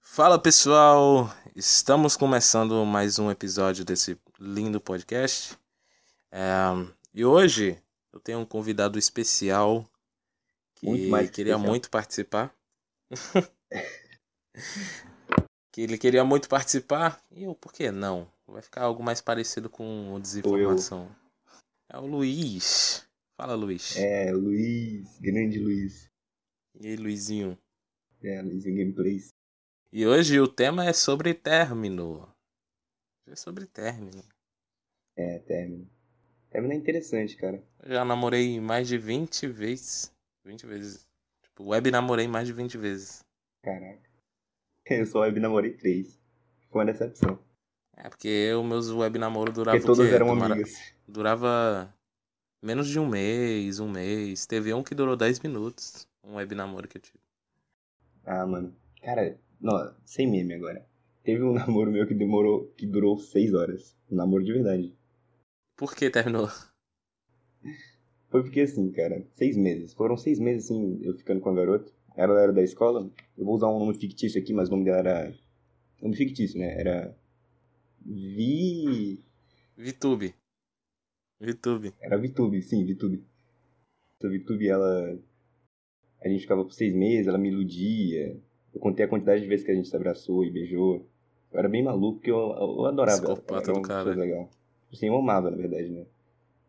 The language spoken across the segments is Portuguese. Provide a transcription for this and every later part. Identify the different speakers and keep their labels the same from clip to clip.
Speaker 1: Fala pessoal, estamos começando mais um episódio desse lindo podcast. É, e hoje eu tenho um convidado especial que
Speaker 2: Muito mais
Speaker 1: queria
Speaker 2: especial.
Speaker 1: muito participar. que ele queria muito participar e eu, por que não? Vai ficar algo mais parecido com o desinformação. É o Luiz. Fala Luiz.
Speaker 2: É, Luiz, grande Luiz.
Speaker 1: E aí, Luizinho?
Speaker 2: É, Luiz em Gameplays.
Speaker 1: E hoje o tema é sobre término. É sobre término.
Speaker 2: É, término. Término é interessante, cara.
Speaker 1: Eu já namorei mais de 20 vezes. 20 vezes. Tipo, web namorei mais de 20 vezes.
Speaker 2: Caraca. Eu só web namorei três. Foi uma decepção.
Speaker 1: É porque eu, meus web namoro durava
Speaker 2: Porque
Speaker 1: o
Speaker 2: todas
Speaker 1: quê?
Speaker 2: eram
Speaker 1: Demora-
Speaker 2: amigas.
Speaker 1: Durava menos de um mês, um mês. Teve um que durou 10 minutos. Um web namoro que eu tive.
Speaker 2: Ah, mano. Cara, não, sem meme agora. Teve um namoro meu que demorou, que durou seis horas. Um namoro de verdade.
Speaker 1: Por que terminou?
Speaker 2: Foi porque assim, cara, seis meses. Foram seis meses, assim, eu ficando com a garota. Ela era da escola. Eu vou usar um nome fictício aqui, mas o nome dela era... Nome fictício, né? Era... Vi...
Speaker 1: VTube. VTube.
Speaker 2: Era VTube, sim, VTube. A VTube, ela. A gente ficava por seis meses, ela me iludia. Eu contei a quantidade de vezes que a gente se abraçou e beijou. Eu era bem maluco, porque eu, eu adorava. ela.
Speaker 1: Psicopata
Speaker 2: Era uma
Speaker 1: do cara.
Speaker 2: pessoa legal. Assim, eu amava, na verdade, né?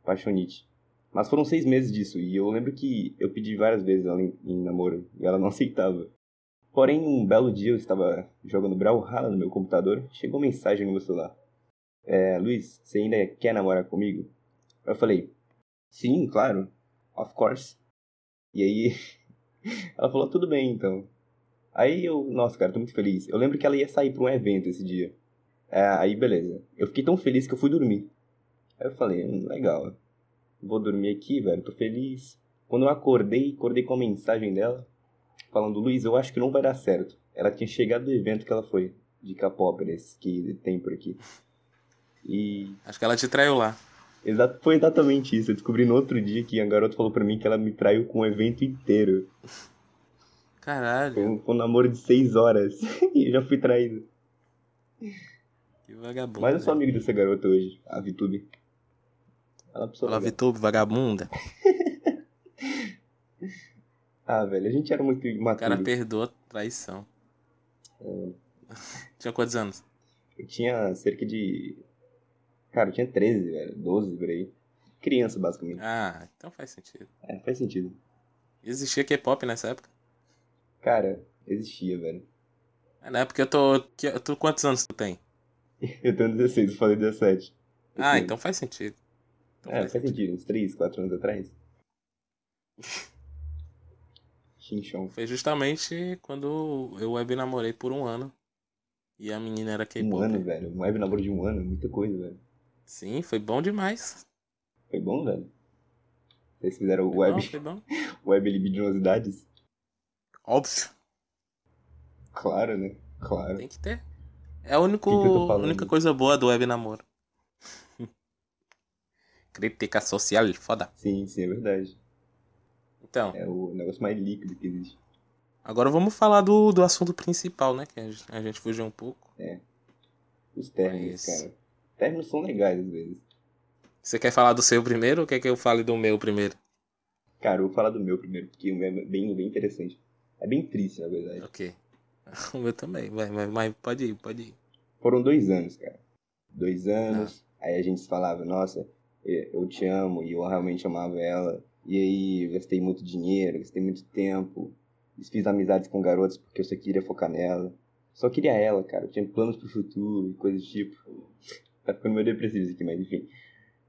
Speaker 2: Apaixonite. Mas foram seis meses disso, e eu lembro que eu pedi várias vezes ela em, em namoro, e ela não aceitava. Porém, um belo dia eu estava jogando Brawlhalla no meu computador, chegou uma mensagem no meu celular. É, Luiz, você ainda quer namorar comigo? Eu falei, sim, claro, of course. E aí ela falou, tudo bem então. Aí eu, nossa, cara, tô muito feliz. Eu lembro que ela ia sair pra um evento esse dia. É, aí beleza. Eu fiquei tão feliz que eu fui dormir. Aí eu falei, hum, legal. Vou dormir aqui, velho, tô feliz. Quando eu acordei, acordei com a mensagem dela, falando, Luiz, eu acho que não vai dar certo. Ela tinha chegado do evento que ela foi, de Capópolis, que tem por aqui. E
Speaker 1: Acho que ela te traiu lá.
Speaker 2: Exato, foi exatamente isso. Eu descobri no outro dia que a garota falou pra mim que ela me traiu com o evento inteiro. Foi
Speaker 1: Caralho,
Speaker 2: um, foi um namoro de seis horas. e eu já fui traído.
Speaker 1: que vagabundo.
Speaker 2: Mas eu sou
Speaker 1: né?
Speaker 2: amigo dessa garota hoje, a Vitube. Ela é uma pessoa
Speaker 1: Fala
Speaker 2: legal.
Speaker 1: VTube, vagabunda.
Speaker 2: Ah, velho, a gente era muito
Speaker 1: O cara
Speaker 2: imaturo.
Speaker 1: perdoa a traição.
Speaker 2: É.
Speaker 1: Tinha quantos anos?
Speaker 2: Eu tinha cerca de. Cara, eu tinha 13, velho. 12 por aí. Criança, basicamente.
Speaker 1: Ah, então faz sentido.
Speaker 2: É, faz sentido.
Speaker 1: Existia K-pop nessa época?
Speaker 2: Cara, existia, velho.
Speaker 1: É, na época eu tô. que- Tu, quantos anos tu tem?
Speaker 2: Eu tenho 16, eu falei 17.
Speaker 1: Ah,
Speaker 2: Assim,
Speaker 1: então faz sentido. Então
Speaker 2: É,
Speaker 1: faz
Speaker 2: faz sentido, uns 3, 4 anos atrás. Chinchon.
Speaker 1: Foi justamente quando eu web namorei por um ano. E a menina era
Speaker 2: Um ano,
Speaker 1: K-pop.
Speaker 2: velho. Um web namoro de um ano, muita coisa, velho.
Speaker 1: Sim, foi bom demais.
Speaker 2: Foi bom, velho. Vocês fizeram
Speaker 1: Foi bom,
Speaker 2: web,
Speaker 1: foi bom.
Speaker 2: web libidinosidades?
Speaker 1: Óbvio,
Speaker 2: Claro, né? Claro.
Speaker 1: tem que ter. É a único,
Speaker 2: Que que eu tô falando?
Speaker 1: única coisa boa do web namoro. Crítica social, foda.
Speaker 2: Sim, sim, é verdade.
Speaker 1: Então,
Speaker 2: É o negócio mais líquido que existe.
Speaker 1: agora vamos falar do, do assunto principal, né? Que a gente- a gente fugiu um pouco.
Speaker 2: Os términos,
Speaker 1: Mas-
Speaker 2: cara. Términos são legais às vezes.
Speaker 1: Você quer falar do seu primeiro ou quer que eu fale do meu primeiro?
Speaker 2: Cara, eu vou falar do meu primeiro, porque o meu é bem, bem interessante. É bem triste, na verdade.
Speaker 1: Ok. O meu também, vai, vai, vai, pode ir, pode ir.
Speaker 2: Foram dois anos, cara. Dois anos. Aí a gente se falava, nossa, eh, eu te amo e eu realmente amava ela. E aí eu gastei muito dinheiro, gastei muito tempo. Fiz amizades com garotas porque eu só queria focar nela. Só queria ela, cara. Eu tinha planos pro futuro e coisas do tipo. Tá ficando meio depressivo isso aqui, mas enfim.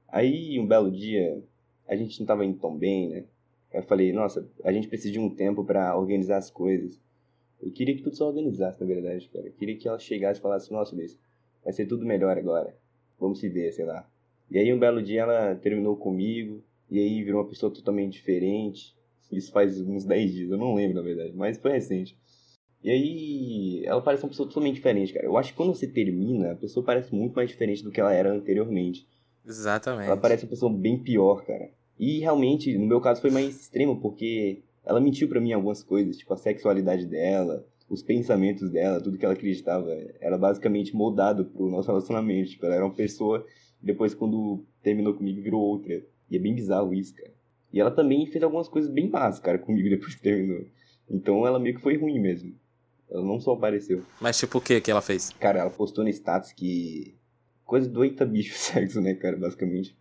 Speaker 2: Aí um belo dia, a gente não tava indo tão bem, né? Aí eu falei, nossa, a gente precisa de um tempo pra organizar as coisas. Eu queria que tudo se organizasse, na verdade, cara. Eu queria que ela chegasse e falasse, nossa, Luiz, vai ser tudo melhor agora. Vamos se ver, sei lá. E aí um belo dia ela terminou comigo, e aí virou uma pessoa totalmente diferente. Isso faz uns 10 dias, eu não lembro, na verdade, mas foi recente. E aí ela parece uma pessoa totalmente diferente, cara. Eu acho que quando você termina, a pessoa parece muito mais diferente do que ela era anteriormente.
Speaker 1: Exatamente.
Speaker 2: Ela parece uma pessoa bem pior, cara. E realmente, no meu caso, foi mais extremo, porque ela mentiu pra mim em algumas coisas, tipo a sexualidade dela, os pensamentos dela, tudo que ela acreditava, era basicamente moldado pro nosso relacionamento. Tipo, ela era uma pessoa, e depois quando terminou comigo virou outra. E é bem bizarro isso, cara. E ela também fez algumas coisas bem más, cara, comigo depois que terminou. Então ela meio que foi ruim mesmo. Ela não só apareceu.
Speaker 1: Mas tipo o que que ela fez?
Speaker 2: Cara, ela postou no status que. Coisa do eita bicho sexo, né, cara, basicamente.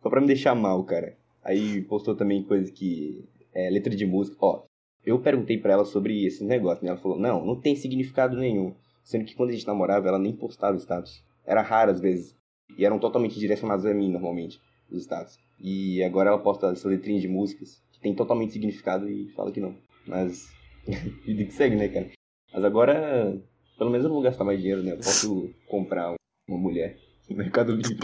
Speaker 2: Só pra me deixar mal, cara. Aí postou também coisa que. É, letra de música. Ó, eu perguntei para ela sobre esses negócios, né? Ela falou, não, não tem significado nenhum. Sendo que quando a gente namorava, ela nem postava status. Era raro às vezes. E eram totalmente direcionados a mim, normalmente, os status. E agora ela posta essa letrinha de músicas, que tem totalmente significado e fala que não. Mas. vida que segue, né, cara? Mas agora. Pelo menos eu não vou gastar mais dinheiro, né? Eu posso comprar uma mulher no Mercado Livre.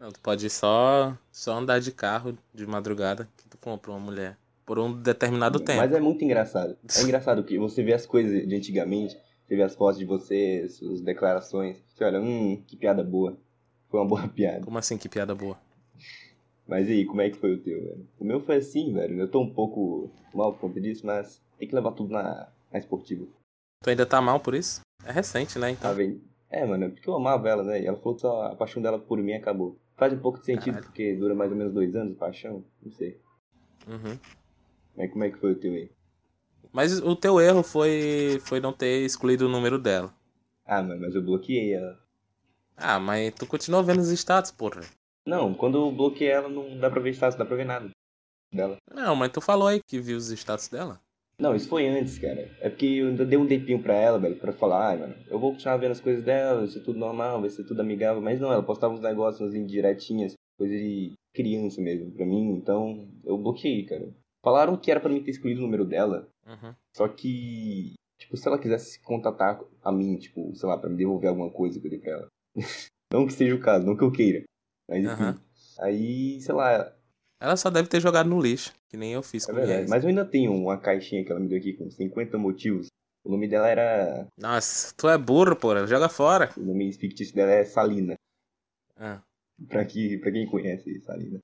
Speaker 1: Não, tu pode só, só andar de carro de madrugada que tu compra uma mulher por um determinado tempo.
Speaker 2: Mas é muito engraçado. É engraçado que você vê as coisas de antigamente, você vê as fotos de você, suas declarações. Você olha, hum, que piada boa. Foi uma boa piada.
Speaker 1: Como assim, que piada boa?
Speaker 2: Mas e aí, como é que foi o teu, velho? O meu foi assim, velho. Eu tô um pouco mal por conta disso, mas tem que levar tudo na, na esportiva.
Speaker 1: Tu ainda tá mal por isso? É recente, né? Então.
Speaker 2: Tá vendo? É, mano, porque eu amava ela, né? E ela falou que só a paixão dela por mim acabou. Faz um pouco de sentido,
Speaker 1: Caralho.
Speaker 2: porque dura mais ou menos dois anos, paixão. Não sei.
Speaker 1: Uhum.
Speaker 2: Mas como é que foi o teu aí?
Speaker 1: Mas o teu erro foi, foi não ter excluído o número dela.
Speaker 2: Ah, mano, mas eu bloqueei ela.
Speaker 1: Ah, mas tu continua vendo os status, porra.
Speaker 2: Não, quando eu bloqueei ela, não dá pra ver status, não dá pra ver nada dela.
Speaker 1: Não, mas tu falou aí que viu os status dela.
Speaker 2: Não, isso foi antes, cara. É porque eu ainda dei um tempinho pra ela, velho, pra falar, ai, mano, eu vou continuar vendo as coisas dela, vai ser tudo normal, vai ser tudo amigável, mas não, ela postava uns negócios umas indiretinhas, coisa de criança mesmo pra mim, então eu bloqueei, cara. Falaram que era pra mim ter excluído o número dela,
Speaker 1: Uhum.
Speaker 2: só que, tipo, se ela quisesse contatar a mim, tipo, sei lá, pra me devolver alguma coisa que eu dei pra ela. não que seja o caso, não que eu queira. Mas enfim.
Speaker 1: Aham.
Speaker 2: Aí, sei lá,
Speaker 1: Ela só deve ter jogado no lixo, que nem eu fiz
Speaker 2: É
Speaker 1: com
Speaker 2: verdade.
Speaker 1: reais.
Speaker 2: Mas eu ainda tenho uma caixinha que ela me deu aqui com 50 motivos. O nome dela era.
Speaker 1: Nossa, tu é burro, porra. Joga fora.
Speaker 2: O nome fictício dela é Salina.
Speaker 1: Ah,
Speaker 2: Pra, que, pra quem conhece Salina.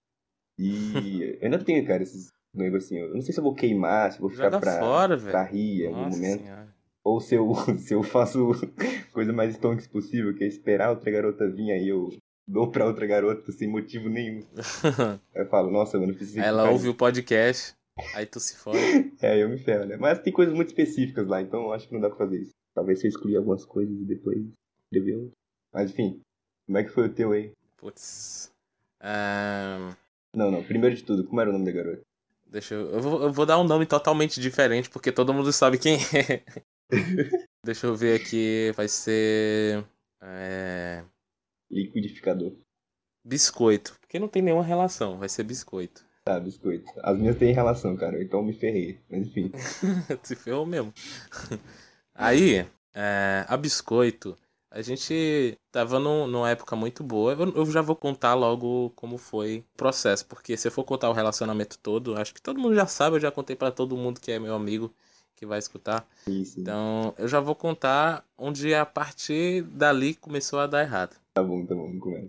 Speaker 2: E eu ainda tenho, cara, esses negocinhos. Eu não sei se eu vou queimar, se eu vou ficar
Speaker 1: joga
Speaker 2: pra,
Speaker 1: fora,
Speaker 2: pra
Speaker 1: velho.
Speaker 2: rir em algum
Speaker 1: Nossa
Speaker 2: momento.
Speaker 1: senhora.
Speaker 2: Ou se eu, se eu faço coisa mais stonks possível, que é esperar outra garota vir aí eu dou pra outra garota sem motivo nenhum. Aí eu falo, nossa, mano, eu fiz isso aqui
Speaker 1: Ela
Speaker 2: pra
Speaker 1: ouve o podcast, aí tu se fode.
Speaker 2: É, eu me ferro, né? Mas tem coisas muito específicas lá, então eu acho que não dá pra fazer isso. Talvez se eu excluir algumas coisas e depois escrever outras. Mas enfim, como é que foi o teu aí?
Speaker 1: Putz. Ahn,
Speaker 2: Não, não, primeiro de tudo, como era o nome da garota?
Speaker 1: deixa eu. Eu vou, eu vou dar um nome totalmente diferente, porque todo mundo sabe quem é. deixa eu ver aqui. Vai ser. É,
Speaker 2: Liquidificador.
Speaker 1: biscoito. Porque não tem nenhuma relação. Vai ser biscoito.
Speaker 2: Tá, biscoito. As minhas têm relação, cara, então eu me ferrei. Mas enfim,
Speaker 1: Se ferrou mesmo. Aí, é, a Biscoito, a gente tava num, numa época muito boa. Eu, eu já vou contar logo como foi o processo, porque se eu for contar o relacionamento todo, acho que todo mundo já sabe, eu já contei pra todo mundo que é meu amigo, que vai escutar.
Speaker 2: isso.
Speaker 1: Então, eu já vou contar onde a partir dali começou a dar errado.
Speaker 2: Tá bom, tá bom, começa.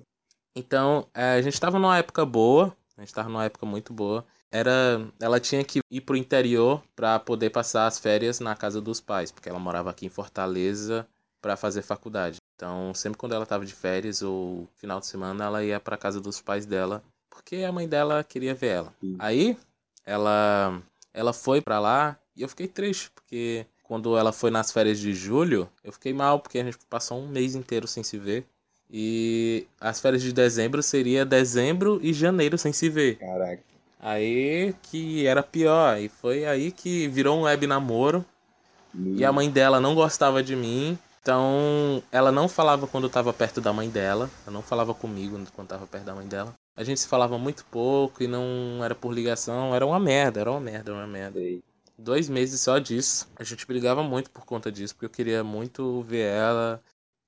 Speaker 1: Então, eh, a gente tava numa época boa, a gente tava numa época muito boa. Era, ela tinha que ir pro interior pra poder passar as férias na casa dos pais, porque ela morava aqui em Fortaleza pra fazer faculdade. Então, sempre quando ela tava de férias ou final de semana, ela ia pra casa dos pais dela, porque a mãe dela queria ver ela.
Speaker 2: Sim.
Speaker 1: Aí, ela ela foi pra lá e eu fiquei triste, porque quando ela foi nas férias de julho, eu fiquei mal, porque a gente passou um mês inteiro sem se ver. E as férias de dezembro seria dezembro e janeiro sem se ver.
Speaker 2: Caraca,
Speaker 1: Aí que era pior. E foi aí que virou um web namoro.
Speaker 2: no-
Speaker 1: E a mãe dela não gostava de mim. Então ela não falava quando eu tava perto da mãe dela. Ela não falava comigo quando tava perto da mãe dela. A gente se falava muito pouco e não era por ligação. Era uma merda, era uma merda, era uma merda
Speaker 2: sei.
Speaker 1: dois meses só disso. A gente brigava muito por conta disso, porque eu queria muito ver ela.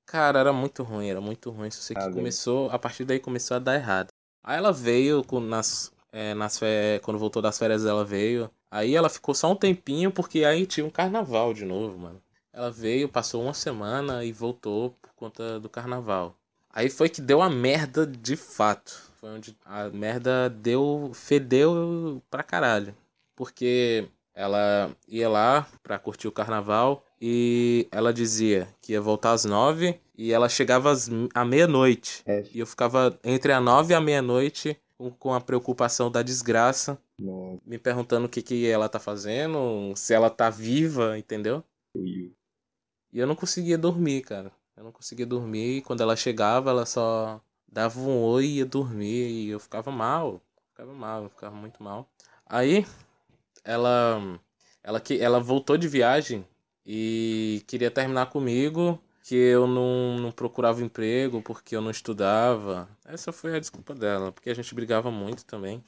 Speaker 1: Cara, era muito ruim, era muito ruim. Isso aqui
Speaker 2: Ah, velho.
Speaker 1: começou, a partir daí começou a dar errado. Aí ela veio com- nas, é, nas férias, quando voltou das férias ela veio. Aí ela ficou só um tempinho, porque aí tinha um carnaval de novo, mano. Ela veio, passou uma semana e voltou por conta do carnaval. Aí foi que deu a merda de fato. Foi onde a merda deu, fedeu pra caralho. Porque Ela ia lá pra curtir o carnaval e ela dizia que ia voltar às nove e ela chegava às, à meia-noite.
Speaker 2: É.
Speaker 1: E eu ficava entre a nove e a meia-noite com, com a preocupação da desgraça,
Speaker 2: Nossa,
Speaker 1: me perguntando o que, que ela tá fazendo, se ela tá viva, entendeu?
Speaker 2: Will.
Speaker 1: E eu não conseguia dormir, cara. Eu não conseguia dormir. E quando ela chegava, ela só dava um oi e ia dormir. E eu ficava mal. Ficava mal, eu ficava muito mal. Aí, ela, ela, que- ela voltou de viagem e queria terminar comigo. Que eu não, não procurava emprego porque eu não estudava. Essa foi a desculpa dela, porque a gente brigava muito também.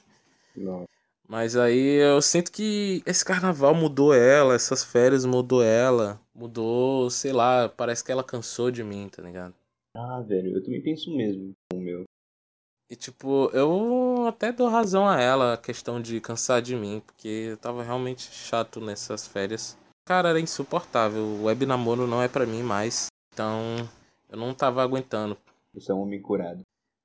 Speaker 2: Nossa.
Speaker 1: Mas aí eu sinto que esse carnaval mudou ela, essas férias mudou ela, mudou, sei lá, parece que ela cansou de mim, tá ligado?
Speaker 2: Ah, velho, eu também penso o mesmo.
Speaker 1: E tipo, eu até dou razão a ela, a questão de cansar de mim, porque eu tava realmente chato nessas férias. Cara, era insuportável, o web namoro não é pra mim mais, então eu não tava aguentando.
Speaker 2: Você é um homem curado.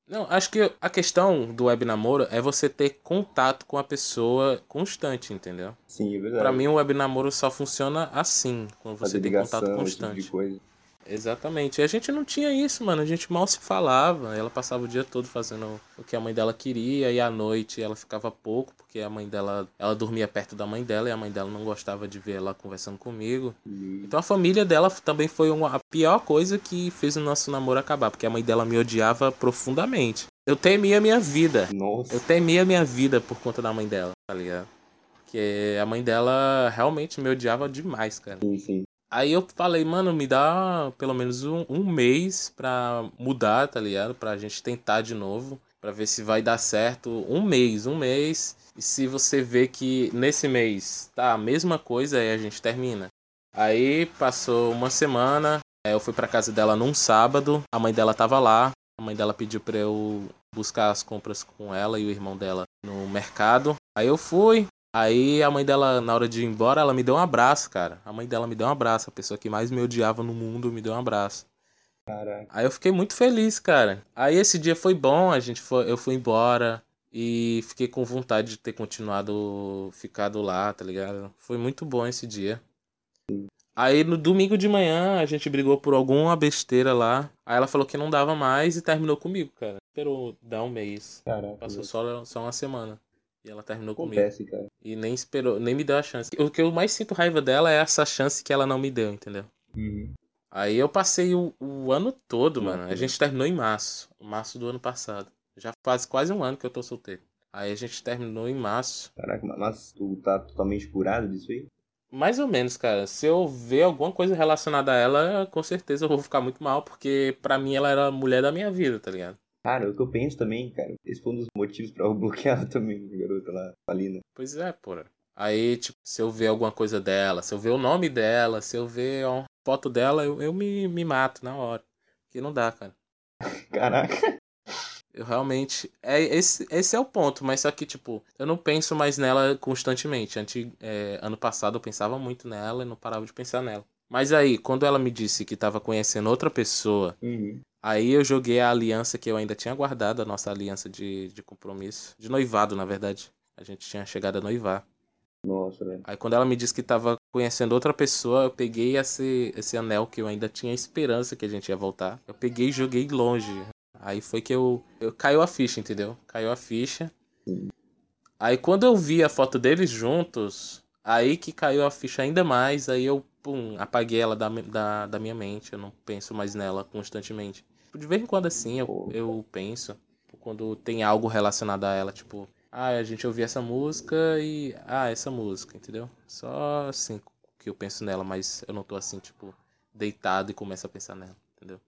Speaker 1: Não, acho que a questão do web namoro é você ter contato com a pessoa constante, entendeu?
Speaker 2: Sim, é verdade.
Speaker 1: Pra mim, o web namoro só funciona assim, quando você
Speaker 2: Fazer
Speaker 1: tem
Speaker 2: ligação,
Speaker 1: contato
Speaker 2: esse tipo
Speaker 1: constante.
Speaker 2: de coisa.
Speaker 1: Exatamente. E a gente não tinha isso, mano. A gente mal se falava. Ela passava o dia todo fazendo o que a mãe dela queria, e à noite ela ficava pouco, porque a mãe dela. Ela dormia perto da mãe dela e a mãe dela não gostava de ver ela conversando comigo.
Speaker 2: E-
Speaker 1: Então a família dela também foi uma, a pior coisa que fez o nosso namoro acabar, porque a mãe dela me odiava profundamente. Eu temia a minha vida.
Speaker 2: Nossa.
Speaker 1: Eu temia minha vida por conta da mãe dela, tá ligado? Porque a mãe dela realmente me odiava demais, cara.
Speaker 2: Sim, sim.
Speaker 1: Aí eu falei, mano, me dá pelo menos um, um mês pra mudar, tá ligado? Pra gente tentar de novo, pra ver se vai dar certo. Um mês, um mês. E se você vê que nesse mês tá a mesma coisa, aí a gente termina. Aí passou uma semana, é, eu fui pra casa dela num sábado, a mãe dela tava lá, a mãe dela pediu pra eu buscar as compras com ela e o irmão dela no mercado. Aí eu fui, Aí a mãe dela, na hora de ir embora, ela me deu um abraço, cara. A mãe dela me deu um abraço. A pessoa que mais me odiava no mundo me deu um abraço.
Speaker 2: Caraca.
Speaker 1: Aí eu fiquei muito feliz, cara. Aí esse dia foi bom, a gente foi, eu fui embora e fiquei com vontade de ter continuado ficado lá, tá ligado? Foi muito bom esse dia. Aí no domingo de manhã a gente brigou por alguma besteira lá. Aí ela falou que não dava mais e terminou comigo, cara. Esperou dar um mês.
Speaker 2: Caraca.
Speaker 1: Passou
Speaker 2: velho.
Speaker 1: só, só uma semana. E ela terminou comigo.
Speaker 2: Acontece, cara.
Speaker 1: E nem esperou, nem me deu a chance. O que eu mais sinto raiva dela é essa chance que ela não me deu, entendeu?
Speaker 2: Uhum.
Speaker 1: Aí eu passei o, o ano todo, mano. A
Speaker 2: Uhum.
Speaker 1: gente terminou em março. Março do ano passado. Já faz quase um ano que eu tô solteiro. Aí a gente terminou em março.
Speaker 2: Caraca, mas tu tá totalmente curado disso aí?
Speaker 1: Mais ou menos, cara. Se eu ver alguma coisa relacionada a ela, com certeza eu vou ficar muito mal, porque pra mim ela era a mulher da minha vida, tá ligado?
Speaker 2: Cara, é o que eu penso também, cara. Esse foi um dos motivos pra eu bloquear também a garota lá, a Lina.
Speaker 1: Pois é, porra. Aí, tipo, se eu ver alguma coisa dela, se eu ver o nome dela, se eu ver uma foto dela, eu, eu me, me mato na hora. Porque não dá, cara.
Speaker 2: Caraca.
Speaker 1: Eu realmente. É, esse, esse é o ponto, mas só que, tipo, eu não penso mais nela constantemente. Anti, é, ano passado eu pensava muito nela e não parava de pensar nela. Mas aí, quando ela me disse que tava conhecendo outra pessoa,
Speaker 2: Uhum.
Speaker 1: aí eu joguei a aliança que eu ainda tinha guardado, a nossa aliança de, de compromisso. De noivado, na verdade. A gente tinha chegado a noivar.
Speaker 2: Nossa, velho.
Speaker 1: Aí quando ela me disse que tava conhecendo outra pessoa, eu peguei esse, esse anel que eu ainda tinha esperança que a gente ia voltar. Eu peguei e joguei longe. Aí foi que eu, eu- Caiu a ficha, entendeu? Caiu a ficha. Aí quando eu vi a foto deles juntos, aí que caiu a ficha ainda mais. Aí eu, pum, apaguei ela da, mi- da, da minha mente. Eu não penso mais nela constantemente. De vez em quando assim eu,
Speaker 2: Pô.
Speaker 1: eu penso. tipo, Quando tem algo relacionado a ela, tipo, ah, a gente ouvia essa música e. Ah, essa música, entendeu? Só assim que eu penso nela, mas eu não tô assim, tipo, deitado e começo a pensar nela, entendeu?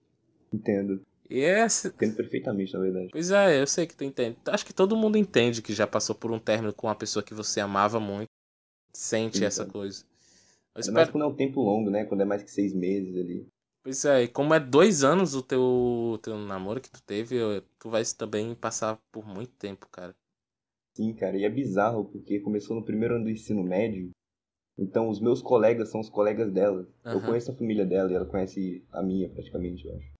Speaker 2: Entendo.
Speaker 1: E essa.
Speaker 2: Entendo perfeitamente, na verdade.
Speaker 1: Pois é, eu sei que tu entende. Acho que todo mundo entende que já passou por um término com uma pessoa que você amava muito. Sente
Speaker 2: Sim,
Speaker 1: essa
Speaker 2: cara.
Speaker 1: coisa. Eu
Speaker 2: Ainda mais
Speaker 1: espero.
Speaker 2: quando é um tempo longo, né? Quando é mais que seis meses ali.
Speaker 1: Pois é, e como é dois anos o teu, teu namoro que tu teve, eu- tu vai também passar por muito tempo, cara.
Speaker 2: Sim, cara. E é bizarro, porque começou no primeiro ano do ensino médio. Então os meus colegas são os colegas dela. Eu
Speaker 1: Aham.
Speaker 2: conheço a família dela e ela conhece a minha, praticamente, eu acho.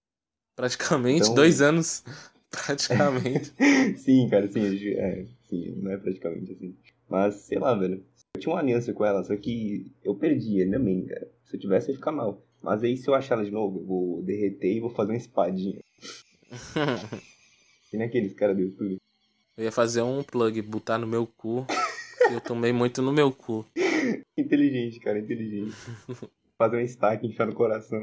Speaker 1: Praticamente,
Speaker 2: Então-
Speaker 1: dois anos. Praticamente.
Speaker 2: sim, cara, sim, a gente- é, sim, não é praticamente assim. Mas, sei lá, velho. Eu tinha uma aliança com ela, só que eu perdi, ainda bem, cara. Se eu tivesse, eu ia ficar mal. Mas aí, se eu achar ela de novo, eu vou derreter e vou fazer uma espadinha. Que nem aqueles caras do YouTube.
Speaker 1: Eu ia fazer um plug, botar no meu cu. que eu tomei muito no meu cu.
Speaker 2: Inteligente, cara, inteligente. fazer um estaque, enfiar no coração.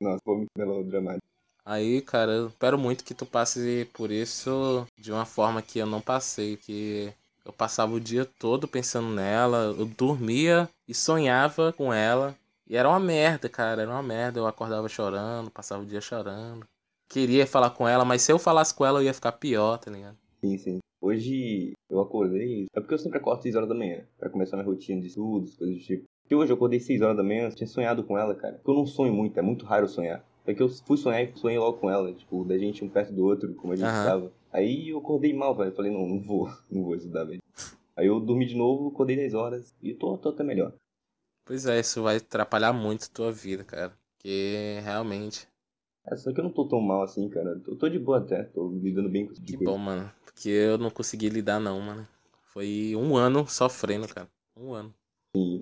Speaker 2: Nossa, vou muito melodramático.
Speaker 1: Aí, cara, eu espero muito que tu passe por isso de uma forma que eu não passei, que eu passava o dia todo pensando nela, eu dormia e sonhava com ela. E era uma merda, cara, era uma merda. Eu acordava chorando, passava o dia chorando. Queria falar com ela, mas se eu falasse com ela eu ia ficar pior, tá ligado?
Speaker 2: Sim, sim. Hoje eu acordei. É porque eu sempre acordo 6 horas da manhã, pra começar minha rotina de estudos, coisas do tipo. E hoje eu acordei 6 horas da manhã, eu tinha sonhado com ela, cara. Porque eu não sonho muito, é muito raro eu sonhar. É que eu fui sonhar e sonhei logo com ela, tipo, da gente um perto do outro, como a gente
Speaker 1: Aham.
Speaker 2: tava. Aí eu acordei mal, velho. Eu Falei, não, não vou, não vou estudar, velho. Aí eu dormi de novo, acordei 10 horas e tô, tô até melhor.
Speaker 1: Pois é, isso vai atrapalhar muito tua vida, cara. Porque realmente.
Speaker 2: É, só que eu não tô tão mal assim, cara. Eu tô de boa até, tô lidando bem com esse
Speaker 1: Que
Speaker 2: tipo de
Speaker 1: bom,
Speaker 2: coisa.
Speaker 1: mano. Porque eu não consegui lidar, não, mano. Foi um ano sofrendo, cara. Um ano.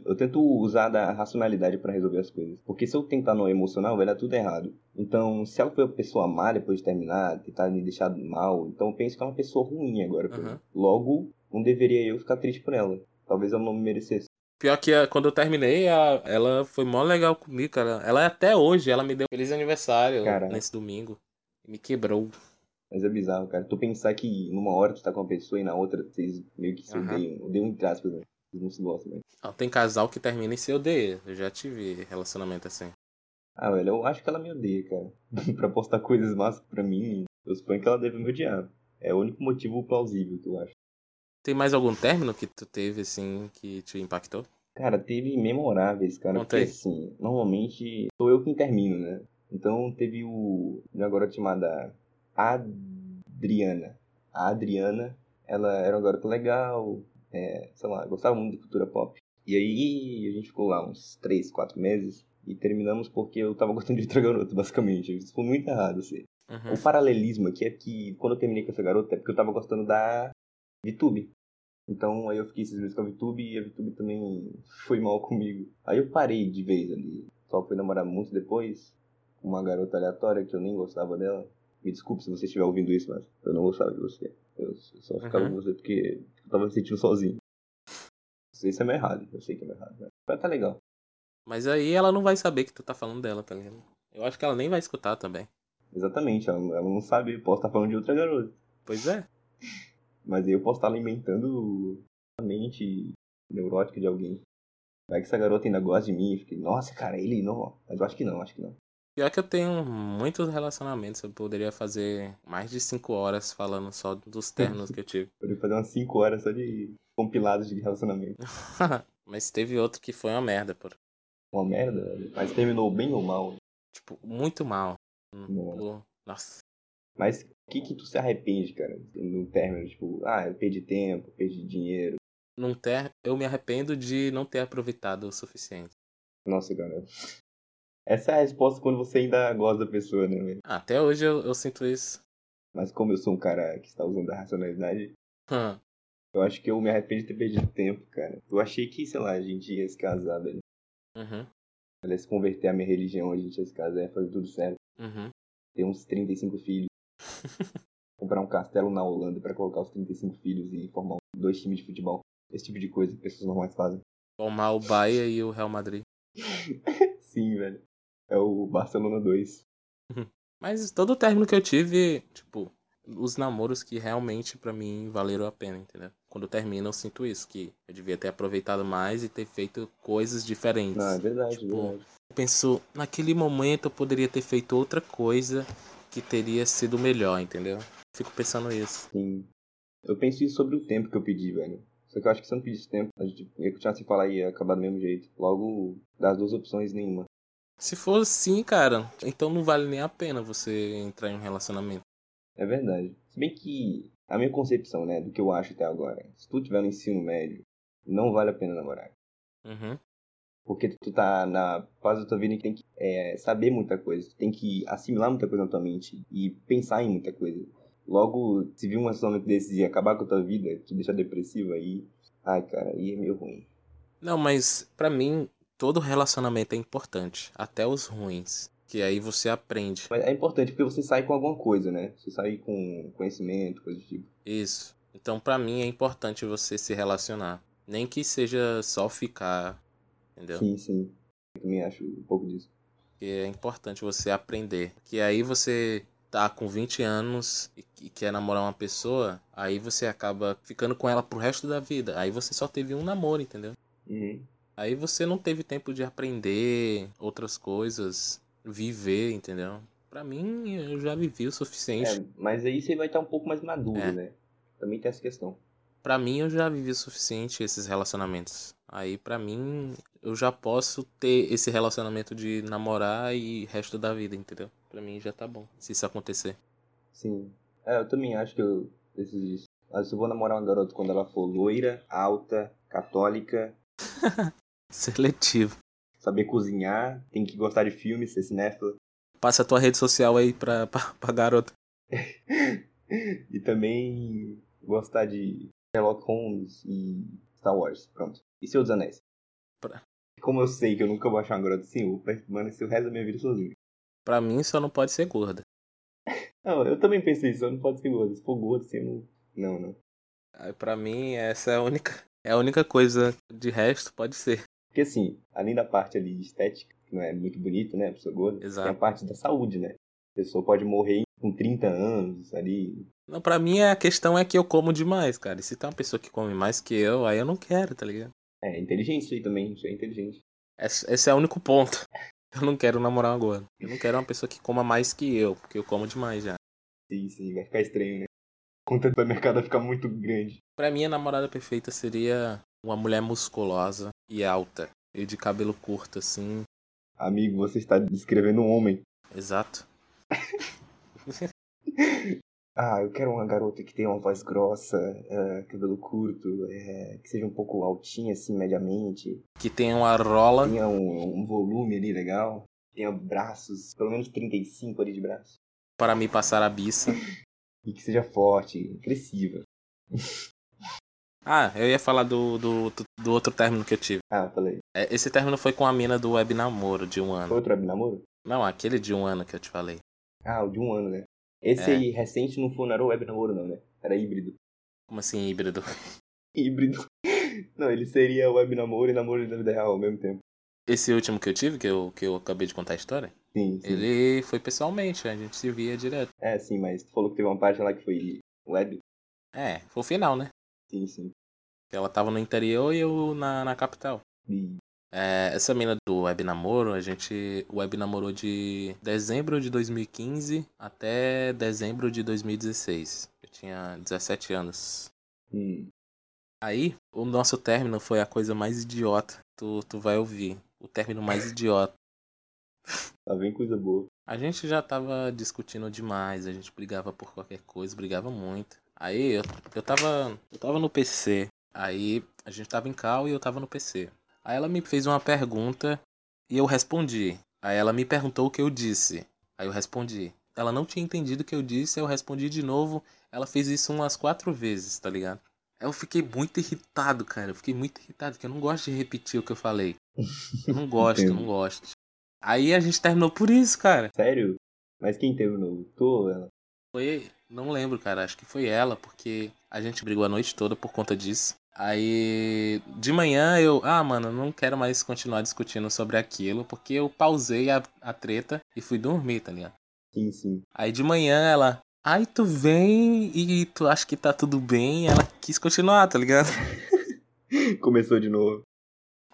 Speaker 2: Eu tento usar da racionalidade pra resolver as coisas. Porque se eu tentar no emocional, vai dar tudo errado. Então, se ela foi uma pessoa má depois de terminar, tentar me deixar mal, então eu penso que é uma pessoa ruim agora. pra mim.
Speaker 1: Aham.
Speaker 2: Logo, não deveria eu ficar triste por ela. Talvez eu não me merecesse.
Speaker 1: Pior que ah, quando eu terminei, a- ela foi mó legal comigo, cara. Ela é até hoje, ela me deu um feliz aniversário
Speaker 2: Cara.
Speaker 1: nesse domingo. Me quebrou.
Speaker 2: Mas é bizarro, cara. Tu pensar que numa hora tu tá com uma pessoa e na outra vocês meio que se
Speaker 1: Aham.
Speaker 2: odeiam. Odeiam entre aspas, né? Vocês não se gostam, né?
Speaker 1: Ó, Tem casal que termina e se odeia. Eu já tive relacionamento assim.
Speaker 2: Ah, velho, eu acho que ela me odeia, cara. pra postar coisas más pra mim, eu suponho que ela deve me odiar. É o único motivo plausível que eu acho.
Speaker 1: Tem mais algum término que tu teve, assim, que te impactou?
Speaker 2: Cara, teve memoráveis, cara.
Speaker 1: Conta aí.
Speaker 2: Porque assim, normalmente sou eu quem termino, né? Então teve o. Uma garota chamada Adriana. A Adriana, ela era uma garota legal, é, sei lá, gostava muito de cultura pop. E aí a gente ficou lá uns 3, 4 meses e terminamos porque eu tava gostando de outra garota, basicamente. Isso foi muito errado, assim.
Speaker 1: Uhum.
Speaker 2: O paralelismo aqui é que quando eu terminei com essa garota é porque eu tava gostando da VTube. Então aí eu fiquei esses meses com a VTube e a VTube também foi mal comigo. Aí eu parei de vez ali. Só fui namorar muito depois com uma garota aleatória que eu nem gostava dela. Me desculpe se você estiver ouvindo isso, mas eu não gostava de você. Eu só ficava
Speaker 1: Uhum.
Speaker 2: com você porque eu tava me sentindo sozinho. Não sei se é meio errado, eu sei que é meio errado, mas mas tá legal.
Speaker 1: Mas aí ela não vai saber que tu tá falando dela, tá ligado? Eu acho que ela nem vai escutar também.
Speaker 2: Exatamente, ela, ela não sabe, eu posso estar falando de outra garota.
Speaker 1: Pois é.
Speaker 2: Mas aí eu posso estar alimentando a mente neurótica de alguém. Vai que essa garota ainda gosta de mim e fica, nossa, cara, ele não. Mas eu acho que não, acho que não.
Speaker 1: Pior que eu tenho muitos relacionamentos. Eu poderia fazer mais de cinco horas falando só dos términos que eu tive.
Speaker 2: Eu devo fazer umas 5 horas só de compilados de relacionamento.
Speaker 1: Mas teve outro que foi uma merda, pô.
Speaker 2: Uma merda, velho. Mas terminou bem ou mal? né?
Speaker 1: Tipo, muito mal.
Speaker 2: Não.
Speaker 1: Pô, Nossa.
Speaker 2: Mas o que que tu se arrepende, cara? No término, tipo, ah, eu perdi tempo, perdi dinheiro.
Speaker 1: Não ter... Eu me arrependo de não ter aproveitado o suficiente.
Speaker 2: Nossa, cara. Essa é a resposta quando você ainda gosta da pessoa, né, velho?
Speaker 1: Ah, Até hoje eu, eu sinto isso.
Speaker 2: Mas como eu sou um cara que está usando a racionalidade,
Speaker 1: Hum.
Speaker 2: Eu acho que eu me arrependo de ter perdido tempo, cara. Eu achei que, sei lá, a gente ia se casar, velho.
Speaker 1: Uhum.
Speaker 2: Ela ia se converter à minha religião, a gente ia se casar, ia fazer tudo certo.
Speaker 1: Uhum.
Speaker 2: Ter uns 35 filhos. Comprar um castelo na Holanda pra colocar os 35 filhos e formar um, dois times de futebol. Esse tipo de coisa que pessoas normais fazem.
Speaker 1: Formar o Bahia e o Real Madrid.
Speaker 2: Sim, velho. É o Barcelona 2.
Speaker 1: Mas todo o término que eu tive, tipo, os namoros que realmente pra mim valeram a pena, entendeu? Quando eu termino, eu sinto isso, que eu devia ter aproveitado mais e ter feito coisas diferentes.
Speaker 2: Não, é verdade, é
Speaker 1: Tipo,
Speaker 2: verdade.
Speaker 1: Eu penso, naquele momento eu poderia ter feito outra coisa que teria sido melhor, entendeu? Fico pensando isso.
Speaker 2: Sim. Eu penso isso sobre o tempo que eu pedi, velho. Só que eu acho que se eu não pedisse tempo, a gente ia continuar se falar e ia acabar do mesmo jeito. Logo, das duas opções, nenhuma.
Speaker 1: Se for assim, cara, então não vale nem a pena você entrar em um relacionamento.
Speaker 2: É verdade. Se bem que a minha concepção, né, do que eu acho até agora, se tu tiver no ensino médio, não vale a pena namorar.
Speaker 1: Uhum.
Speaker 2: Porque tu tá na fase da tua vida em que tem que é, saber muita coisa, tu tem que assimilar muita coisa na tua mente e pensar em muita coisa. Logo, se vir um relacionamento desse e acabar com a tua vida, te deixar depressivo aí, Ai, cara, aí é meio ruim.
Speaker 1: Não, mas pra mim, todo relacionamento é importante, até os ruins. Que aí você aprende.
Speaker 2: Mas é importante porque você sai com alguma coisa, né? Você sai com conhecimento, coisa do tipo.
Speaker 1: Isso. Então, pra mim, é importante você se relacionar. Nem que seja só ficar, entendeu?
Speaker 2: Sim, sim. Eu também acho um pouco disso.
Speaker 1: Porque é importante você aprender. Que aí você tá com 20 anos e, e quer namorar uma pessoa, aí você acaba ficando com ela pro resto da vida. Aí você só teve um namoro, entendeu?
Speaker 2: Uhum.
Speaker 1: Aí você não teve tempo de aprender outras coisas, viver, entendeu? Pra mim, eu já vivi o suficiente.
Speaker 2: É, mas aí você vai estar um pouco mais maduro,
Speaker 1: É.
Speaker 2: né? Também tem essa questão.
Speaker 1: Pra mim, eu já vivi o suficiente esses relacionamentos. Aí, pra mim, eu já posso ter esse relacionamento de namorar e resto da vida, entendeu? Pra mim já tá bom, se isso acontecer.
Speaker 2: Sim. É, eu também acho que eu preciso disso. Mas eu vou namorar uma garota quando ela for loira, alta, católica,
Speaker 1: Seletivo.
Speaker 2: saber cozinhar, tem que gostar de filmes, ser cinéfila.
Speaker 1: Passa a tua rede social aí pra, pra, pra garota.
Speaker 2: E também gostar de Sherlock Holmes e Star Wars. Pronto. E Seus Anéis.
Speaker 1: Pra-
Speaker 2: Como eu sei que eu nunca vou achar uma garota assim, eu vou permanecer o resto da minha vida sozinho.
Speaker 1: Pra mim, só não pode ser gorda.
Speaker 2: Não, eu também pensei isso, eu não pode ser gordo. Se for gordo, assim, eu não... Não, não.
Speaker 1: Aí, pra mim, essa é a única, é a única coisa. De resto, pode ser.
Speaker 2: Porque assim, além da parte ali de estética, que não é muito bonita, né, a pessoa gorda,
Speaker 1: Exato.
Speaker 2: tem a parte da saúde, né? A pessoa pode morrer com 30 anos ali.
Speaker 1: Não, pra mim, a questão é que eu como demais, cara. E se tem uma pessoa que come mais que eu, aí eu não quero, tá ligado?
Speaker 2: É, inteligente isso aí também, isso é inteligente.
Speaker 1: Esse esse é o único ponto. Eu não quero namorar uma gorda. Eu não quero uma pessoa que coma mais que eu, porque eu como demais já.
Speaker 2: Sim, sim, vai ficar estranho, né? A conta do mercado ficar muito grande.
Speaker 1: Pra mim, a namorada perfeita seria uma mulher musculosa e alta. E de cabelo curto, assim.
Speaker 2: Amigo, você está descrevendo um homem.
Speaker 1: Exato.
Speaker 2: Ah, eu quero uma garota que tenha uma voz grossa, é, cabelo curto, é, que seja um pouco altinha, assim, mediamente.
Speaker 1: Que tem uma rola.
Speaker 2: Tenha um, um volume ali legal. Tenha braços, pelo menos 35 ali de braço.
Speaker 1: para me passar a biça.
Speaker 2: E que seja forte, agressiva.
Speaker 1: Ah, eu ia falar do, do, do- do outro término que eu tive.
Speaker 2: Ah, falei.
Speaker 1: É, Esse término foi com a mina do web namoro de um ano.
Speaker 2: Outro webnamoro?
Speaker 1: Não, aquele de um ano que eu te falei.
Speaker 2: Ah, o de um ano, né? Esse
Speaker 1: É.
Speaker 2: aí, recente, não foi não era webnamoro, não, né? Era híbrido.
Speaker 1: Como assim, híbrido?
Speaker 2: Híbrido. Não, ele seria webnamoro e namoro da vida real ao mesmo tempo.
Speaker 1: Esse último que eu tive, que eu, que eu acabei de contar a história,
Speaker 2: Sim, sim.
Speaker 1: ele foi pessoalmente, a gente se via direto.
Speaker 2: É, sim, mas tu falou que teve uma parte lá que foi web.
Speaker 1: É, foi o final, né?
Speaker 2: Sim, sim.
Speaker 1: Ela tava no interior e eu na, na capital.
Speaker 2: E
Speaker 1: É, essa mina do web namoro, a gente web namorou de dezembro de 2015 até dezembro de 2016. Eu tinha 17 anos.
Speaker 2: Hum,
Speaker 1: Aí, o nosso término foi a coisa mais idiota. Tu, tu vai ouvir. O término mais idiota.
Speaker 2: lá vem coisa boa.
Speaker 1: A gente já tava discutindo demais, a gente brigava por qualquer coisa, brigava muito. Aí eu, eu tava. Eu tava no PC. Aí a gente tava em cal e eu tava no PC. Aí ela me fez uma pergunta e eu respondi. Aí ela me perguntou o que eu disse. Aí eu respondi. Ela não tinha entendido o que eu disse, eu respondi de novo. Ela fez isso umas quatro vezes, tá ligado? Eu fiquei muito irritado, cara. Eu fiquei muito irritado, porque eu não gosto de repetir o que eu falei. Eu não gosto, eu não
Speaker 2: Entendo.
Speaker 1: gosto. Aí a gente terminou por isso, cara.
Speaker 2: Sério? Mas quem terminou? Tu ou ela?
Speaker 1: Foi, não lembro, cara, acho que foi ela, porque a gente brigou a noite toda por conta disso. Aí, de manhã eu, ah, mano, não quero mais continuar discutindo sobre aquilo, porque eu pausei a, a treta e fui dormir, tá ligado?
Speaker 2: Sim, sim.
Speaker 1: Aí de manhã ela, ai, tu vem e tu acha que tá tudo bem, ela quis continuar, tá ligado?
Speaker 2: Começou de novo.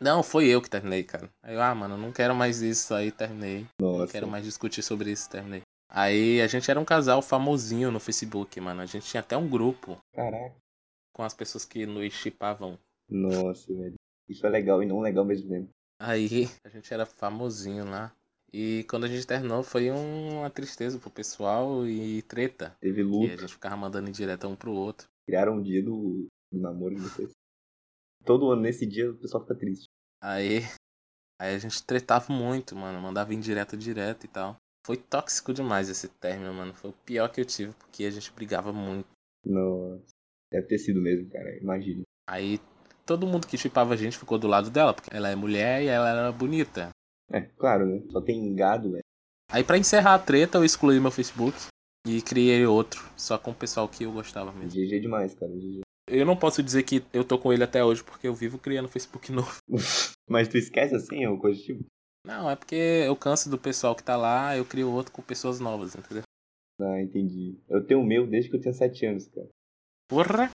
Speaker 1: Não, foi eu que terminei, cara. Aí eu, ah, mano, não quero mais isso, aí terminei. Não
Speaker 2: Nossa.
Speaker 1: quero mais discutir sobre isso, terminei. Aí a gente era um casal famosinho no Facebook, mano. A gente tinha até um grupo.
Speaker 2: Caraca.
Speaker 1: com as pessoas que nos chipavam.
Speaker 2: Nossa, velho. Isso é legal e não legal ao mesmo tempo.
Speaker 1: Aí a gente era famosinho lá. E quando a gente terminou foi um- uma tristeza pro pessoal e treta.
Speaker 2: Teve
Speaker 1: E a
Speaker 2: luto.
Speaker 1: gente ficava mandando indireta um pro outro.
Speaker 2: Criaram um dia do, do namoro de vocês. Todo ano, nesse dia, o pessoal fica triste.
Speaker 1: Aí, aí a gente tretava muito, mano. Mandava indireta direto e tal. Foi tóxico demais esse término, mano. Foi o pior que eu tive, porque a gente brigava muito.
Speaker 2: Nossa. Deve ter sido mesmo, cara. Imagina.
Speaker 1: Aí todo mundo que chipava a gente ficou do lado dela, porque ela é mulher e ela era bonita.
Speaker 2: É, claro, né? Só tem gado, velho.
Speaker 1: Aí pra encerrar a treta, eu excluí meu Facebook e criei outro, só com o pessoal que eu gostava mesmo.
Speaker 2: GG é demais, cara. GG.
Speaker 1: Eu não posso dizer que eu tô com ele até hoje, porque eu vivo criando Facebook novo.
Speaker 2: Mas tu esquece assim, ou coisa do tipo?
Speaker 1: Não, é porque eu canso do pessoal que tá lá, eu crio outro com pessoas novas, entendeu?
Speaker 2: Ah, entendi. Eu tenho o meu desde que eu tinha 7 anos, cara.
Speaker 1: Porra!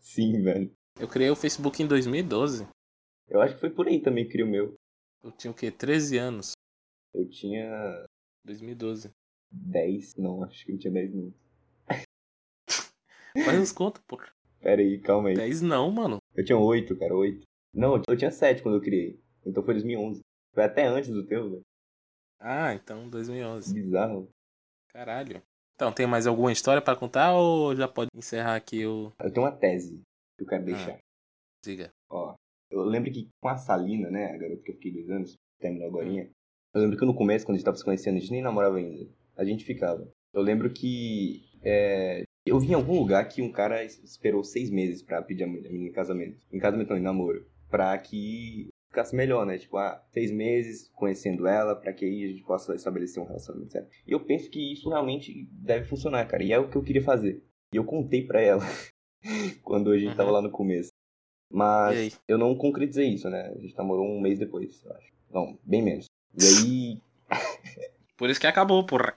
Speaker 2: Sim, velho.
Speaker 1: Eu criei o Facebook em 2012.
Speaker 2: Eu acho que foi por aí também que criei o meu.
Speaker 1: Eu tinha o quê? 13 anos.
Speaker 2: Eu tinha
Speaker 1: 2012.
Speaker 2: 10. Não, acho que eu tinha 10 não.
Speaker 1: Faz uns contos, porra.
Speaker 2: Pera aí, calma aí.
Speaker 1: 10 não, mano.
Speaker 2: Eu tinha 8, cara, 8. Não, eu tinha 7 quando eu criei. Então foi 2011. Foi até antes do teu, velho.
Speaker 1: Ah, então 2011.
Speaker 2: Bizarro.
Speaker 1: Caralho. Então, tem mais alguma história pra contar ou já pode encerrar aqui o.
Speaker 2: Eu tenho uma tese que eu quero deixar.
Speaker 1: Diga.
Speaker 2: Ó, eu lembro que com a Salina, né, a garota que eu fiquei dois anos, terminou agora. Eu lembro que no começo, quando a gente tava se conhecendo, a gente nem namorava ainda. A gente ficava. Eu lembro que. é, eu vi em algum lugar que um cara es- esperou seis meses pra pedir a men- a menina em casamento. Em casamento não, em namoro. Pra que ficasse melhor, né? Tipo, ah, seis meses conhecendo ela, pra que aí a gente possa estabelecer um relacionamento, certo? E eu penso que isso realmente deve funcionar, cara. E é o que eu queria fazer. E eu contei pra ela quando a gente tava
Speaker 1: Uhum.
Speaker 2: lá no começo. Mas
Speaker 1: E aí?
Speaker 2: eu não concretizei isso, né? A gente namorou um mês depois, eu acho. Não, bem menos. E aí,
Speaker 1: Por isso que acabou, porra.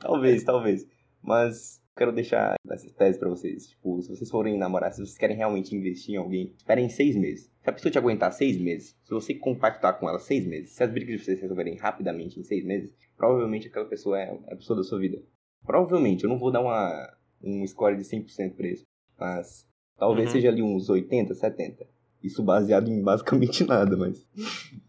Speaker 2: Talvez, talvez. Mas quero deixar essa tese pra vocês. Tipo, se vocês forem namorar, se vocês querem realmente investir em alguém, esperem seis meses. Se a pessoa te aguentar seis meses, se você compactar com ela seis meses, se as brigas de vocês se resolverem rapidamente em seis meses, provavelmente aquela pessoa é a pessoa da sua vida. Provavelmente, eu não vou dar uma, um score de 100% pra isso, mas talvez
Speaker 1: Uhum.
Speaker 2: seja ali uns 80, 70. Isso baseado em basicamente nada, mas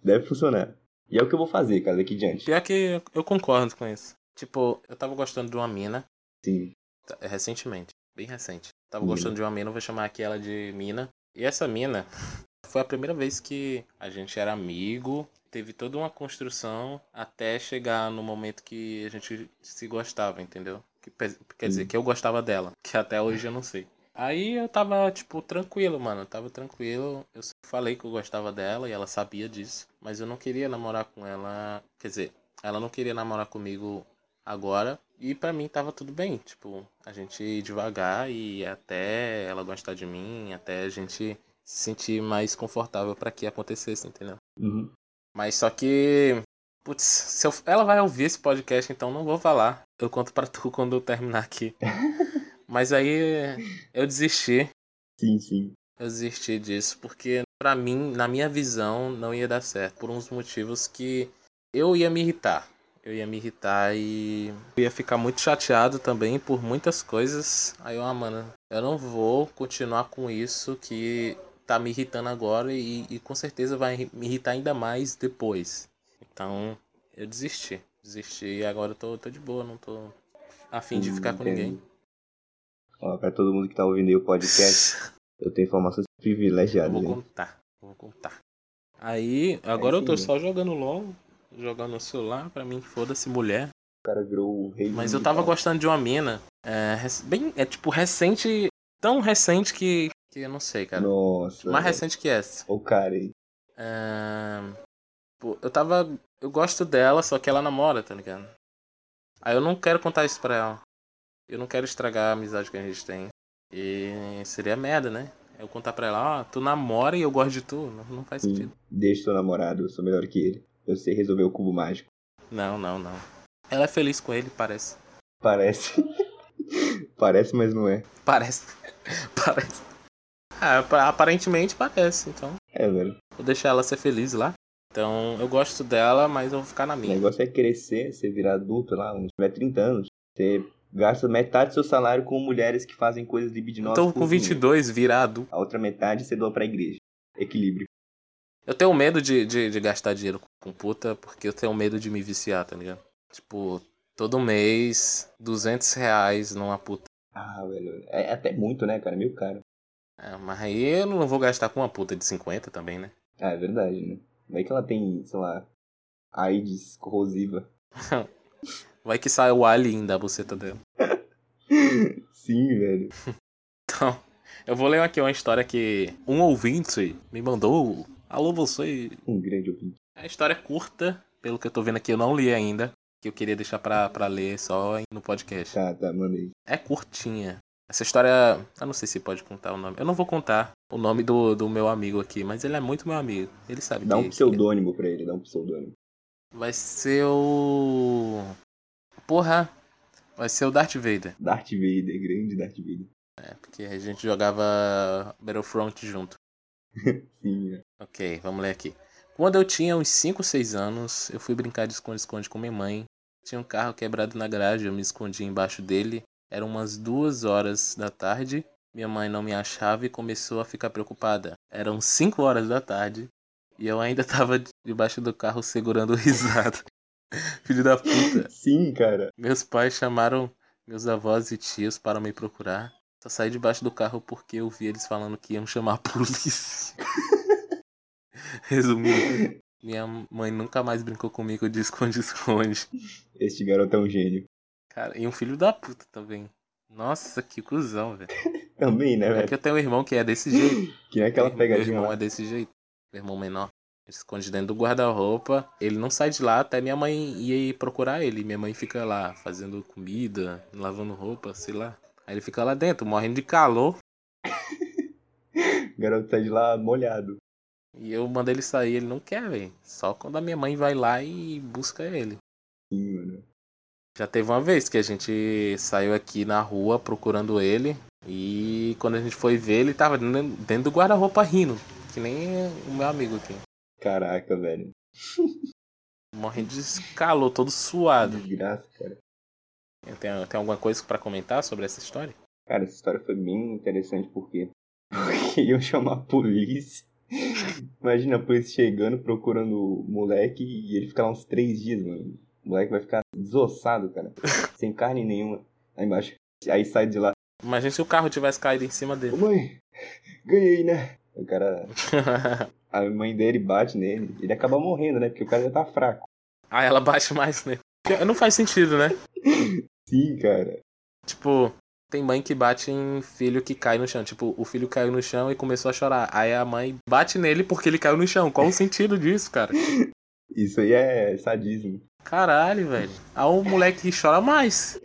Speaker 2: deve funcionar. E é o que eu vou fazer, cara, daqui diante.
Speaker 1: Pior que eu concordo com isso. Tipo, eu tava gostando de uma mina
Speaker 2: Sim,
Speaker 1: tá, é, recentemente, bem recente. Tava
Speaker 2: Mina.
Speaker 1: gostando de uma mina, eu vou chamar aqui ela de mina. E essa mina foi a primeira vez que a gente era amigo, teve toda uma construção até chegar no momento que a gente se gostava, entendeu? Que, pe- quer dizer,
Speaker 2: Sim.
Speaker 1: que eu gostava dela, que até hoje eu não sei. Aí eu tava, tipo, tranquilo, mano. Eu tava tranquilo. Eu sempre falei que eu gostava dela e ela sabia disso. Mas eu não queria namorar com ela. Quer dizer, ela não queria namorar comigo agora. E pra mim tava tudo bem, tipo, a gente ir devagar e até ela gostar de mim, até a gente se sentir mais confortável pra que acontecesse, entendeu?
Speaker 2: Uhum.
Speaker 1: Mas só que, putz, se eu- ela vai ouvir esse podcast, então não vou falar. Eu conto pra tu quando eu terminar aqui. Mas aí eu desisti,
Speaker 2: sim, sim.
Speaker 1: eu desisti disso, porque pra mim, na minha visão, não ia dar certo, por uns motivos que eu ia me irritar. Eu ia me irritar e eu ia ficar muito chateado também por muitas coisas. Aí eu, ah, mano, eu não vou continuar com isso que tá me irritando agora e, e com certeza vai me irritar ainda mais depois. Então, eu desisti. Desisti e agora eu tô, tô de boa, não tô afim de
Speaker 2: Hum,
Speaker 1: ficar com
Speaker 2: entendi.
Speaker 1: ninguém.
Speaker 2: Ó, pra todo mundo que tá ouvindo aí o podcast, eu tenho informações
Speaker 1: Eu
Speaker 2: privilegiadas.
Speaker 1: vou
Speaker 2: hein?
Speaker 1: contar, eu vou contar. Aí, agora eu tô
Speaker 2: sim, né?
Speaker 1: só jogando LOL, jogando no celular, pra mim, foda-se mulher.
Speaker 2: O cara virou o rei.
Speaker 1: Mas
Speaker 2: do
Speaker 1: eu tava
Speaker 2: digital.
Speaker 1: gostando de uma mina, é, rec- bem, é tipo recente, tão recente que, que eu não sei, cara.
Speaker 2: Nossa. é.
Speaker 1: Mais
Speaker 2: velho.
Speaker 1: recente que essa.
Speaker 2: Ô, cara aí.
Speaker 1: É, pô, eu tava, eu gosto dela, só que ela namora, tá ligado? Aí eu não quero contar isso pra ela. Eu não quero estragar a amizade que a gente tem. E seria merda, né? Eu contar pra ela, ó, tu namora e eu gosto de tu. Não, não faz
Speaker 2: Sim.
Speaker 1: sentido.
Speaker 2: Deixa seu namorado, eu sou melhor que ele. Eu sei resolver o cubo mágico.
Speaker 1: Não, não, não. Ela é feliz com ele, parece.
Speaker 2: Parece. Parece, mas não é.
Speaker 1: Parece. parece. Ah, apa- aparentemente parece, então.
Speaker 2: É, velho.
Speaker 1: Vou deixar ela ser feliz lá. Então, eu gosto dela, mas eu vou ficar na
Speaker 2: O
Speaker 1: minha.
Speaker 2: negócio é crescer, você virar adulto lá, quando tiver 30 anos. Você gasta metade do seu salário com mulheres que fazem coisas libidinosas.
Speaker 1: Então, com
Speaker 2: por dinheiro.
Speaker 1: 22, virado.
Speaker 2: A outra metade você doa pra igreja. Equilíbrio.
Speaker 1: Eu tenho medo de, de, de gastar dinheiro com- com puta, porque eu tenho medo de me viciar, tá ligado? Tipo, todo mês, 200 reais numa puta.
Speaker 2: Ah, velho. É até muito, né, cara? Meio caro.
Speaker 1: É, mas aí eu não vou gastar com uma puta de 50 também, né?
Speaker 2: Ah, é verdade, né? Vai que ela tem, sei lá, AIDS corrosiva.
Speaker 1: Vai que sai o alien da buceta dela.
Speaker 2: Sim, velho.
Speaker 1: Então, Eu vou ler aqui uma história que um ouvinte me mandou. Alô, você.
Speaker 2: Um grande ouvinte.
Speaker 1: É uma história curta, pelo que eu tô vendo aqui, eu não li ainda. Que eu queria deixar pra, pra ler só no podcast.
Speaker 2: Tá, tá, mandei.
Speaker 1: É curtinha. Essa história, eu não sei se pode contar o nome. Eu não vou contar o nome do, do meu amigo aqui, mas ele é muito meu amigo. Ele sabe
Speaker 2: Dá
Speaker 1: que-
Speaker 2: um pseudônimo pra ele, dá um pseudônimo.
Speaker 1: que- Vai ser o. Porra! Vai ser o Darth Vader.
Speaker 2: Darth Vader, grande Darth Vader.
Speaker 1: É, porque a gente jogava Battlefront junto.
Speaker 2: Sim, é.
Speaker 1: Ok, vamos ler aqui. Quando eu tinha uns 5, 6 anos, eu fui brincar de esconde-esconde com minha mãe. Tinha um carro quebrado na garagem, eu me escondi embaixo dele. Eram umas duas horas da tarde. Minha mãe não me achava e começou a ficar preocupada. Eram 5 horas da tarde e eu ainda tava debaixo do carro segurando o risado. Filho da puta.
Speaker 2: Sim, cara.
Speaker 1: Meus pais chamaram meus avós e tios para me procurar. Só saí debaixo do carro porque eu vi eles falando que iam chamar a polícia. Resumindo, minha mãe nunca mais brincou comigo de esconde-esconde.
Speaker 2: Este garoto é um gênio.
Speaker 1: Cara, e um filho da puta também. Nossa, que cuzão, velho.
Speaker 2: Também, né,
Speaker 1: É
Speaker 2: velho?
Speaker 1: que eu tenho um irmão que é desse jeito.
Speaker 2: Que é aquela
Speaker 1: Meu
Speaker 2: pegadinha
Speaker 1: irmão
Speaker 2: lá.
Speaker 1: é desse jeito. Meu irmão menor. Ele se esconde dentro do guarda-roupa. Ele não sai de lá até minha mãe ir aí procurar ele. Minha mãe fica lá fazendo comida, lavando roupa, sei lá. Aí ele fica lá dentro, morrendo de calor.
Speaker 2: O garoto sai de lá molhado.
Speaker 1: E eu mando ele sair, ele não quer, velho. Só quando a minha mãe vai lá e busca ele.
Speaker 2: Sim, mano.
Speaker 1: Já teve uma vez que a gente saiu aqui na rua procurando ele. E quando a gente foi ver, ele tava dentro dentro do guarda-roupa rindo. Que nem o meu amigo aqui.
Speaker 2: Caraca, velho.
Speaker 1: Morrendo de calor, todo suado.
Speaker 2: Desgraça, cara.
Speaker 1: Tem, tem alguma coisa pra comentar sobre essa história?
Speaker 2: Cara, essa história foi bem interessante porque porque iam chamar a polícia. Imagina a polícia chegando, procurando o moleque e ele ficar lá uns três dias, mano. O moleque vai ficar desossado, cara. Sem carne nenhuma. Aí embaixo. Aí sai de lá.
Speaker 1: Imagina se o carro tivesse caído em cima
Speaker 2: Ô,
Speaker 1: dele.
Speaker 2: mãe, ganhei, né? O cara. A mãe dele bate nele. Ele acaba morrendo, né? Porque o cara já tá fraco.
Speaker 1: Aí Ah, ela bate mais nele. Porque Não faz sentido, né?
Speaker 2: Sim, cara.
Speaker 1: Tipo, tem mãe que bate em filho que cai no chão. Tipo, o filho caiu no chão e começou a chorar. Aí a mãe bate nele porque ele caiu no chão. Qual o sentido disso, cara?
Speaker 2: Isso aí é sadismo.
Speaker 1: Caralho, velho. Aí o moleque chora mais.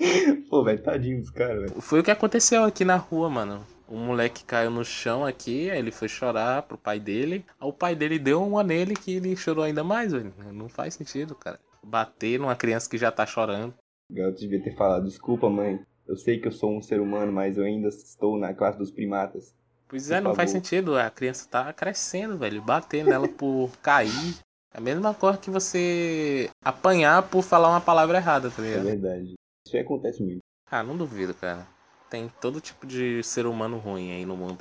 Speaker 2: Pô, velho, tadinho dos caras, velho.
Speaker 1: Foi o que aconteceu aqui na rua, mano. O moleque caiu no chão aqui, aí ele foi chorar pro pai dele. Aí o pai dele deu uma nele que ele chorou ainda mais, velho. Não faz sentido, cara. Bater numa criança que já tá chorando.
Speaker 2: O garoto devia ter falado: desculpa, mãe. Eu sei que eu sou um ser humano, mas eu ainda estou na classe dos primatas.
Speaker 1: Pois
Speaker 2: Por
Speaker 1: é, não faz
Speaker 2: favor.
Speaker 1: sentido. A criança tá crescendo, velho. Bater nela por cair. É a mesma coisa que você apanhar por falar uma palavra errada, tá
Speaker 2: É
Speaker 1: ligado?
Speaker 2: verdade. Isso aí acontece muito.
Speaker 1: Ah, não duvido, cara. Tem todo tipo de ser humano ruim aí no mundo.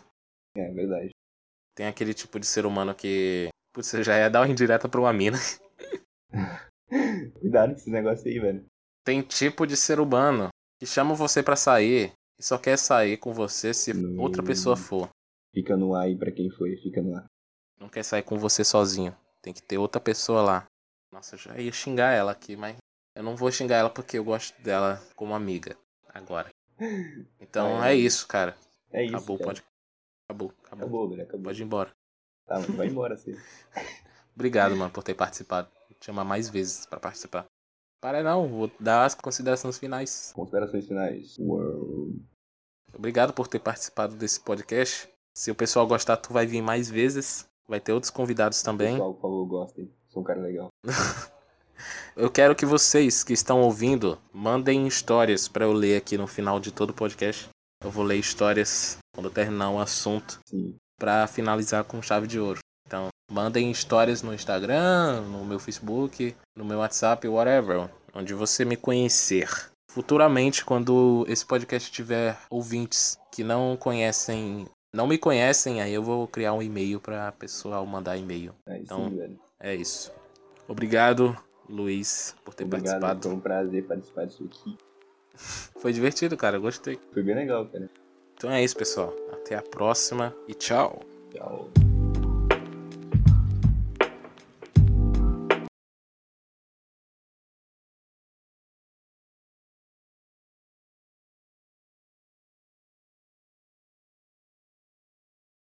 Speaker 2: É verdade.
Speaker 1: Tem aquele tipo de ser humano que. Putz, você já ia dar uma indireta pra uma mina.
Speaker 2: Cuidado com esses negócios aí, velho.
Speaker 1: Tem tipo de ser humano que chama você pra sair e só quer sair com você se
Speaker 2: Hum.
Speaker 1: outra pessoa for.
Speaker 2: Fica no ar aí pra quem foi, fica no ar.
Speaker 1: Não quer sair com você sozinho. Tem que ter outra pessoa lá. Nossa, eu já ia xingar ela aqui, mas eu não vou xingar ela porque eu gosto dela como amiga agora. Então
Speaker 2: É.
Speaker 1: é, isso, cara.
Speaker 2: É isso.
Speaker 1: Acabou,
Speaker 2: cara.
Speaker 1: pode. Acabou, acabou.
Speaker 2: Acabou, velho. Acabou.
Speaker 1: Pode ir embora.
Speaker 2: Tá, mano, vai embora, você.
Speaker 1: Obrigado, mano, por ter participado. Vou te chamar mais vezes pra participar. Para não, vou dar as considerações finais.
Speaker 2: Considerações finais. Uau.
Speaker 1: Obrigado por ter participado desse podcast. Se o pessoal gostar, tu vai vir mais vezes. Vai ter outros convidados também.
Speaker 2: Pessoal, por favor, gostem. Sou um cara legal.
Speaker 1: Eu quero que vocês que estão ouvindo mandem histórias pra eu ler aqui no final de todo o podcast. Eu vou ler histórias quando eu terminar um assunto
Speaker 2: Sim.
Speaker 1: pra finalizar com chave de ouro. Então, mandem histórias no Instagram, no meu Facebook, no meu WhatsApp, whatever, onde você me conhecer. Futuramente, quando esse podcast tiver ouvintes que não conhecem, não me conhecem, aí eu vou criar um e-mail pra pessoal mandar e-mail.
Speaker 2: Aí
Speaker 1: Então,
Speaker 2: sim, velho.
Speaker 1: É isso. Obrigado, Luiz, por ter
Speaker 2: Obrigado.
Speaker 1: participado.
Speaker 2: Foi um prazer participar disso aqui.
Speaker 1: Foi divertido, cara, eu gostei.
Speaker 2: Foi bem legal, cara.
Speaker 1: Então é isso, pessoal. Até a próxima e tchau.
Speaker 2: Tchau.